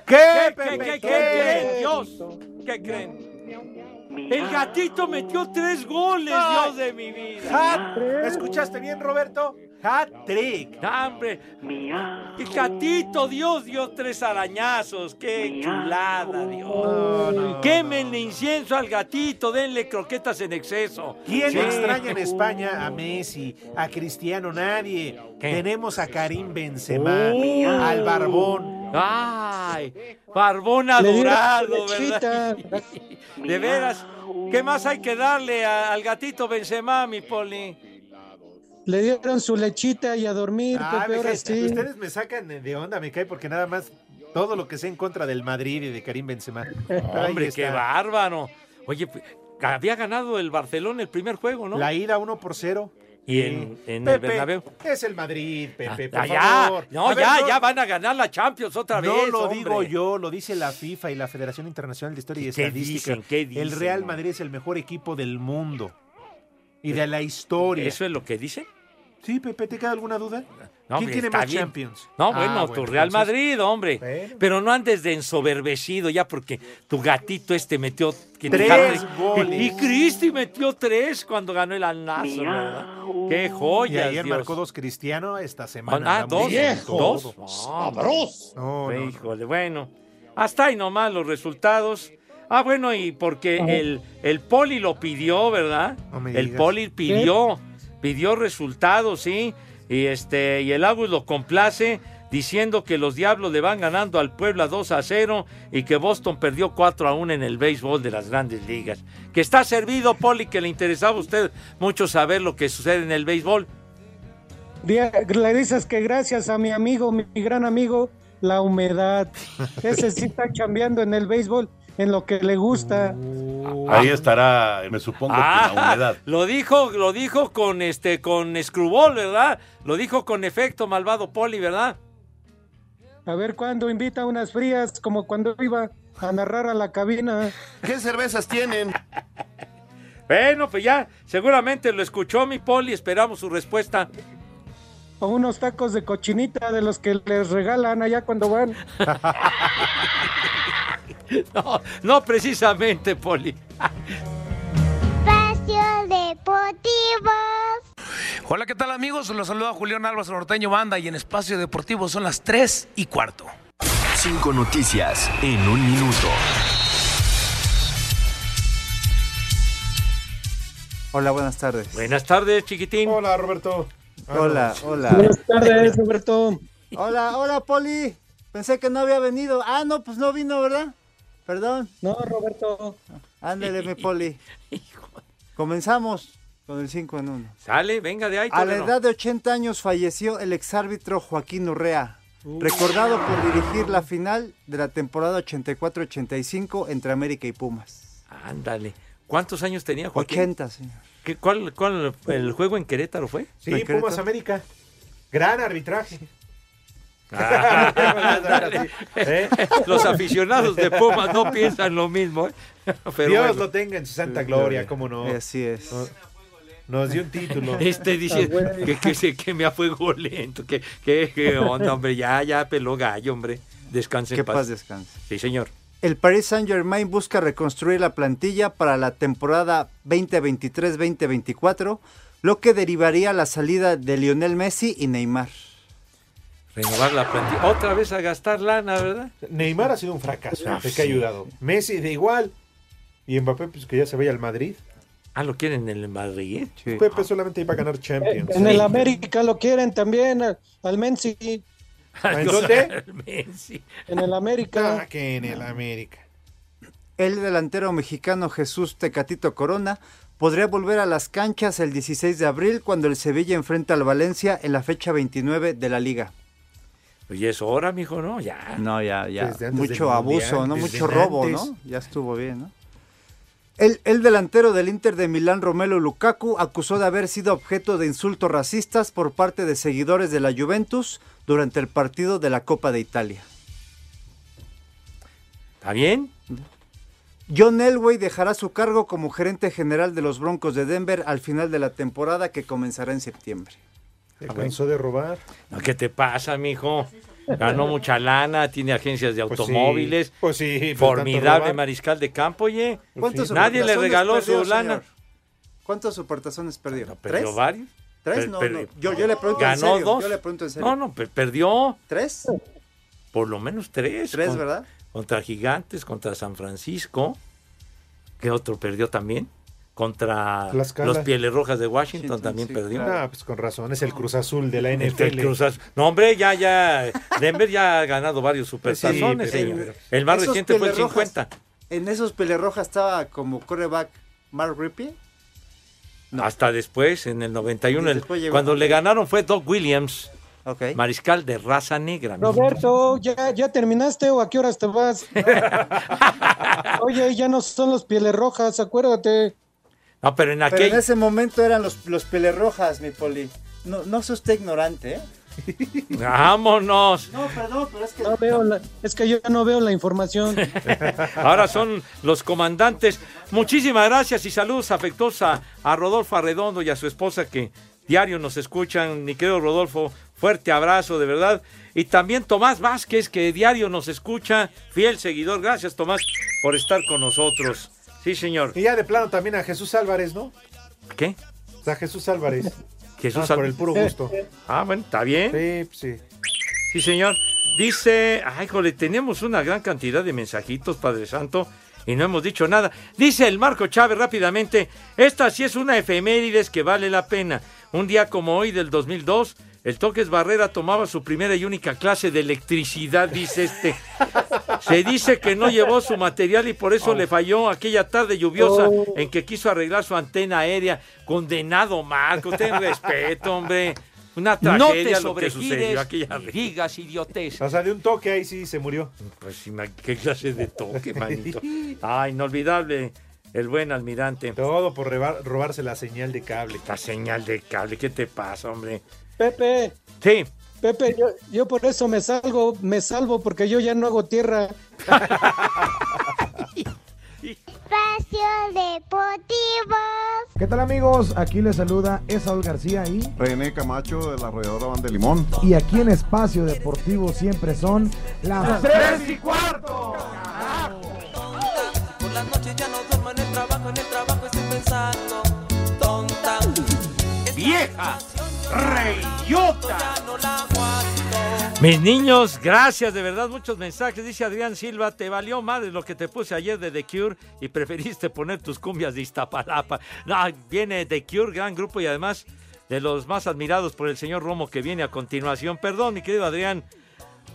¿Qué, ¿Qué, Pepe? qué, qué creen, Dios? ¿Qué creen? El gatito metió tres goles, Ay. Dios de mi vida. Hat- ¿Escuchaste bien, Roberto? Hat trick. No, hombre. El gatito, Dios, dio tres arañazos. Qué chulada, Dios. Quemen incienso al gatito, denle croquetas en exceso. ¿Quién Sí. extraña en España a Messi, a Cristiano? Nadie. Tenemos a Karim Benzema, Oh. al Barbón. Ay, barbón adorado, ¿verdad? De veras, ¿qué más hay que darle a- al gatito Benzema, mi Poli? Le dieron su lechita y a dormir, Ah, Pepe, ahora me- sí. Ustedes me sacan de onda, me cae, porque nada más todo lo que sea en contra del Madrid y de Karim Benzema. Ahí Hombre, qué está. bárbaro. Oye, pues, había ganado el Barcelona el primer juego, ¿no? La ida 1 por 0. Y en, en el Pepe, Bernabéu. Es el Madrid, Pepe, por Ah, ya, favor. no, A ver, ya, ya van a ganar la Champions otra No vez. lo hombre. digo yo, lo dice la FIFA y la Federación Internacional de Historia y ¿Y qué Estadística. dicen? ¿Qué dicen, el Real no? Madrid es el mejor equipo del mundo y de la historia. Eh, ¿Eso es lo que dicen? Sí, Pepe, ¿te queda alguna duda? No, ¿Quién hombre, tiene está más bien. Champions? No, Ah, bueno, tu Real entonces- Madrid, hombre. Bueno. Pero no andes de ensoberbecido ya porque tu gatito este metió... que- Tres y- goles. Y, Cristi metió tres cuando ganó el Al-Nassr, ¿verdad? ¡Qué Y joya, ayer marcó dos Cristiano esta semana. Ah, andamos dos. con Dos. todo. No, Sabroso. No, no, no. Híjole, bueno. Hasta ahí nomás los resultados. Ah, bueno, y porque el, el Poli lo pidió, ¿verdad? No me el digas. Poli pidió, pidió resultados, sí. Y este, y el Agus lo complace diciendo que los diablos le van ganando al Puebla 2 a 0 y que Boston perdió 4 a 1 en el béisbol de las grandes ligas. Que está servido, Poli, que le interesaba a usted mucho saber lo que sucede en el béisbol. Día- Le dices que gracias a mi amigo, mi gran amigo, la humedad. Ese sí está chambeando en el béisbol, en lo que le gusta. Ahí estará, me supongo, que Ah. la humedad. Lo dijo, lo dijo con este, con Screwball, ¿verdad? Lo dijo con efecto malvado Poli, ¿verdad? A ver cuándo invita a unas frías, como cuando iba a narrar a la cabina. ¿Qué cervezas tienen? Bueno, pues ya, seguramente lo escuchó mi Poli, esperamos su respuesta. O unos tacos de cochinita de los que les regalan allá cuando van. No, no precisamente, Poli. Espacio Deportivo. Hola, ¿qué tal amigos? Los saluda Julián Álvarez Norteño Banda y en Espacio Deportivo son las 3 y cuarto. Cinco noticias en un minuto. Hola, buenas tardes. Buenas tardes, chiquitín. Hola, Roberto. Hola, hola. Buenas tardes, Roberto. Hola, hola, Poli. Pensé que no había venido. Ah, no, pues no vino, ¿verdad? Perdón. No, Roberto. Ándale, mi Poli. Comenzamos. Con el 5 en 1. Sale, venga de ahí. A la Torero. edad de 80 años falleció el exárbitro Joaquín Urrea, recordado por dirigir la final de la temporada 84-85 entre América y Pumas. Ándale. ¿Cuántos años tenía Joaquín? 80, señor. ¿Qué- cuál, cuál- el juego en Querétaro fue? Sí, Pumas América. Gran arbitraje. Ah, ándale. ¿Eh? Los aficionados de Pumas no piensan lo mismo. ¿eh? Pero Dios bueno. lo tenga en su santa gloria, cómo no. Así es. Nos dio un título. Este Ah, dice que, que, se- que me afuego lento. Que, que, que onda, hombre. Ya, ya peló gallo, hombre. Descanse en Que paz descanse. Sí, señor. El Paris Saint-Germain busca reconstruir la plantilla para la temporada 2023-2024, lo que derivaría la salida de Lionel Messi y Neymar. Renovar la plantilla. Otra vez a gastar lana, ¿verdad? Neymar ha sido un fracaso, Ah, de sí. que ha ayudado. Messi de igual. Y Mbappé, pues que ya se vaya al Madrid. Ah, lo quieren en el Madrid. ¿eh? Sí. Pepe solamente iba a ganar Eh, Champions. En el América lo quieren también, al al Menzi. Ah, ¿En dónde? En el América. Ah, que en el América. El delantero mexicano Jesús Tecatito Corona podría volver a las canchas el 16 de abril cuando el Sevilla enfrenta al Valencia en la fecha 29 de la liga. Oye, es hora, mijo, ¿no? Ya. No, ya, ya. Desde antes Mucho del abuso, Mundial, ¿no? desde Mucho robo, antes. ¿no? Ya estuvo bien, ¿no? El, el delantero del Inter de Milán, Romelu Lukaku, acusó de haber sido objeto de insultos racistas por parte de seguidores de la Juventus durante el partido de la Copa de Italia. ¿Está bien? John Elway dejará su cargo como gerente general de los Broncos de Denver al final de la temporada que comenzará en septiembre. Se Ah, cansó de robar. No, ¿Qué te pasa, mijo? Ganó mucha lana, tiene agencias de sí, automóviles. pues sí, pues tanto formidable robar. mariscal de campo, oye. ¿Cuántos Nadie le supertazones regaló perdió, su lana. señor? ¿Cuántos supertazones perdió? Ah, ¿Perdió ¿Tres? varios? ¿Tres? Per- No, per- no. Yo, yo le pregunto ¿Ganó en serio. dos? Yo le pregunto en serio. No, no, per- perdió ¿Tres? por lo menos tres. Tres, Con- ¿verdad? Contra Gigantes, contra San Francisco. ¿Qué otro perdió también? Contra Tlaxcala. los Pieles Rojas de Washington también perdió. Ah, pues con razón, es el Cruz Azul de la Este, NFL. Cruz Azul. No, hombre, ya, ya. Denver ya ha ganado varios supertazones, Sí, pero- señor. El más Esos reciente fue el pelirrojas. 50. En esos pelirrojas estaba como correback Mark Rippey. Hasta después, en el 91, el- Después llegó- cuando le ganaron fue Doc Williams, Ok. mariscal de raza negra. mijo. Roberto, ¿ya, ¿ya terminaste o a qué horas te vas? Oye, ya no son los pieles rojas, acuérdate. No, pero en Pero en aquel... ese momento eran los, los pelirrojas, mi poli. No, no sea usted ignorante, ¿eh? Vámonos. No, perdón, pero es que... No veo la- es que yo no veo la información. Ahora son los comandantes. Muchísimas gracias y saludos afectuosa a Rodolfo Arredondo y a su esposa que diario nos escuchan. Mi querido Rodolfo, fuerte abrazo, de verdad. Y también Tomás Vázquez, que diario nos escucha, fiel seguidor. Gracias, Tomás, por estar con nosotros. Sí, señor. Y ya de plano también a Jesús Álvarez, ¿no? ¿Qué? O sea, Jesús Álvarez. Jesús Nada más Al- Por el puro gusto. Ah, bueno, está bien. Sí, pues sí. Sí, señor. Dice, ay, jole, tenemos una gran cantidad de mensajitos, Padre Santo, y no hemos dicho nada. Dice el Marco Chávez rápidamente, esta sí es una efemérides que vale la pena. Un día como hoy del 2002, el Toques Barrera tomaba su primera y única clase de electricidad, dice este. Se dice que no llevó su material y por Oh. eso le falló aquella tarde lluviosa en que quiso arreglar su antena aérea. Condenado Marco, ten respeto, hombre. Una No te tragedia lo que sobregires sucedió aquella digas idiotez. O sea, de un toque ahí sí se murió. Pues ima- qué clase de toque, manito. Ay, inolvidable. El buen almirante. Todo por reba- robarse la señal de cable. La señal de cable, ¿qué te pasa, hombre? Pepe, Sí. Pepe, yo, yo por eso me salgo, me salvo porque yo ya no hago tierra. Espacio Deportivo. ¿Qué tal amigos? Aquí les saluda Esaúl García y, René Camacho de la Arrolladora Van de Limón. y aquí en Espacio Deportivo siempre son las tres y cuarto! Por las noches ya no duermo en el trabajo, en el trabajo estoy pensando. Tonta. ¡Vieja! ¡Reyota! Mis niños, gracias de verdad. Muchos mensajes. Dice Adrián Silva, te valió madre lo que te puse ayer de The Cure y preferiste poner tus cumbias de Iztapalapa. No, viene The Cure, gran grupo y además de los más admirados por el señor Romo que viene a continuación. Perdón, mi querido Adrián,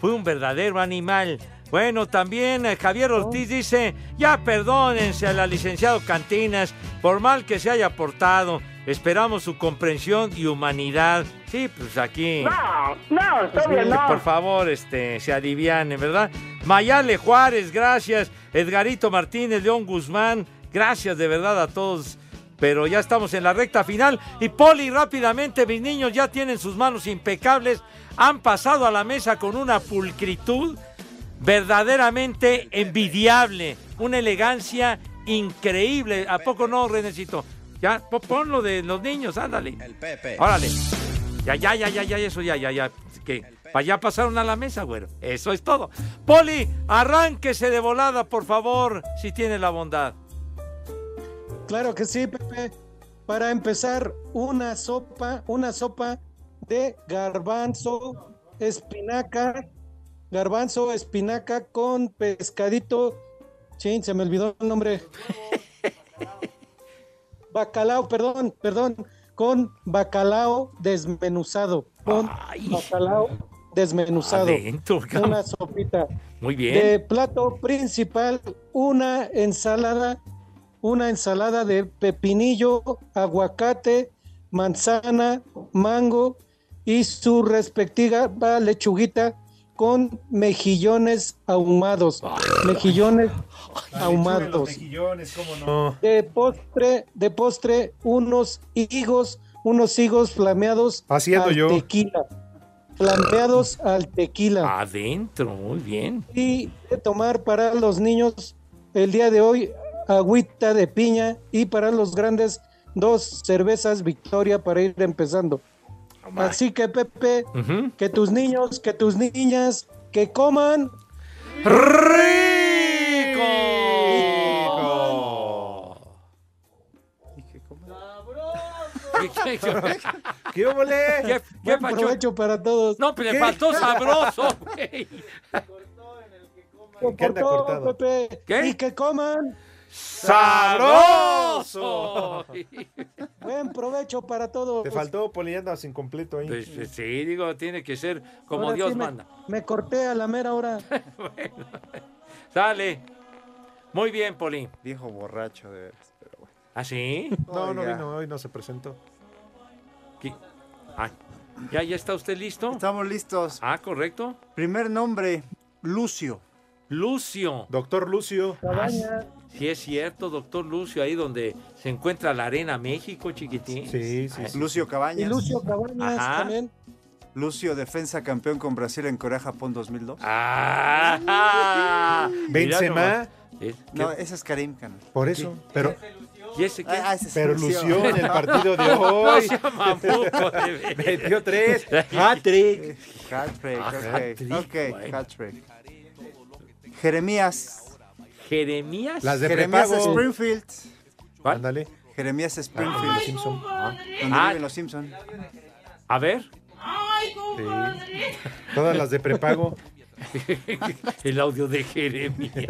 fue un verdadero animal. Bueno, también eh, Javier Ortiz dice, ya perdónense al licenciado Cantinas por mal que se haya portado. Esperamos su comprensión y humanidad. Sí, pues aquí. No, no, todavía no. Pues Por favor, este, se alivianen, ¿verdad? Mayale Juárez, gracias. Edgarito Martínez, León Guzmán, gracias de verdad a todos. Pero ya estamos en la recta final. Y Poli, rápidamente, mis niños ya tienen sus manos impecables. Han pasado a la mesa con una pulcritud verdaderamente envidiable. Una elegancia increíble. ¿A poco no, Renecito? Ya, po- ponlo de los niños, ándale. Pepe. Órale. Ya, ya, ya, ya, ya, eso, ya, ya, ya. Que para allá pasaron a la mesa, güero. Eso es todo. Poli, arránquese de volada, por favor, si tiene la bondad. Claro que sí, Pepe. Para empezar, una sopa, una sopa de garbanzo, espinaca, garbanzo, espinaca con pescadito. Chin, se me olvidó el nombre. bacalao, perdón, perdón, con bacalao desmenuzado. Con bacalao desmenuzado. Adentro, cabrón. una sopita. Muy De bien. plato principal, una ensalada, una ensalada de pepinillo, aguacate, manzana, mango y su respectiva lechuguita con mejillones ahumados. Mejillones ahumados. De postre, de postre, unos higos, unos higos flameados Haciendo al yo. tequila. Flameados al tequila. Ah. Adentro, muy bien. Y de tomar para los niños el día de hoy agüita de piña y para los grandes dos cervezas Victoria para ir empezando. Así que Pepe, Ujú. que tus niños, que tus niñas, que coman ¿Qué, qué ole? ¿Qué- qué Buen pacho? provecho para todos. No, pero le faltó sabroso, güey. Por ¿Qué anda todo, cortado? Pepe. ¿Qué? Y que coman ¡Sabroso! Buen provecho para todos. Te faltó poliandas incompleto ahí. Pues, eh, sí, digo, tiene que ser como Ahora Dios sí me- manda. Me corté a la mera hora. Sale. Muy bien, Poli. Viejo borracho de veras, pero bueno. ¿Ah, sí? No, no Oiga. vino hoy, no se presentó. ¿Qué? Ah, ¿ya, ¿Ya está usted listo? Estamos listos. Ah, correcto. Primer nombre, Lucio. Lucio. Doctor Lucio. Ah, sí, es cierto, doctor Lucio, ahí donde se encuentra la Arena México, chiquitín. Sí, sí. Lucio Cabañas. Y Lucio Cabañas Ajá. también. Lucio, defensa campeón con Brasil en Corea Japón 2002. Ah, Benzema. No, ese es Karim Canal. Por eso. Pero, ¿Y ese qué? Ah, ese es pero Lucio. Lucio en el partido de No hoy. sea mamuco, de veras. Metió tres. Hat-trick. Hat-trick, Ah, ok. hat-trick, Ok, güey. hat-trick. Jeremías. Jeremías. Las de Jeremías prepago. Springfield. Ándale. Jeremías Springfield. Los Simpson. Donde Ah. viven los Simpson. A ver. Todas las de prepago. El audio de Jeremías.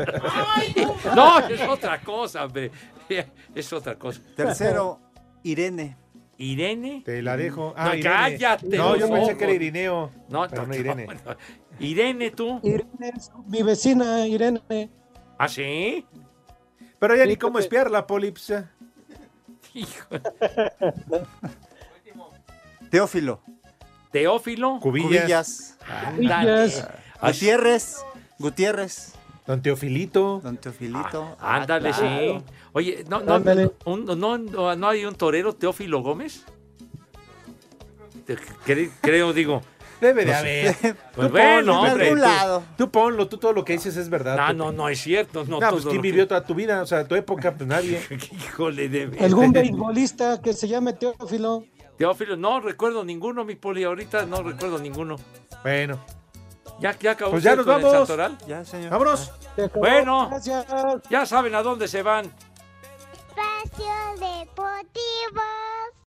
No, es otra cosa, hombre. Es otra cosa. Tercero, Irene. Irene. Te la dejo. No, Ah, Irene. cállate No, yo los pensé que era ojos. Irineo. No, Pero no, no, Irene. no. Irene, tú. Irene es mi vecina, Irene. ¿Ah, sí? Pero ya ni Sí, cómo Pepe. espiarla, Polipsa. Hijo. Teófilo. Teófilo. Cubillas. Cubillas. Ándale. Cubillas. Así- Gutiérrez. Gutiérrez. Don Teofilito. Don Teofilito. Ah, Ah, Ándale, sí. Oye, no, no, Ándale. un- no, no, no hay un torero Teófilo Gómez. Te- cre- Creo, digo. Debe de No sé. haber. Pues Tú bueno, ponle, hombre. algún tú- lado. Tú ponlo, tú todo lo que dices es verdad. No, Pepe. no, no es cierto. No, Nah, todo pues quién lo que- vivió toda tu vida, o sea, tu época, pues nadie. Híjole, de veras. Algún beisbolista que se llame Teófilo. Teófilo, no recuerdo ninguno, mi poli. Ahorita no recuerdo ninguno. Bueno, Ya, ya acabó Pues ya usted nos con el vamos. santoral. Ya, señor. vámonos. Se acabó. Bueno. Gracias. Ya saben a dónde se van. Espacio Deportivo.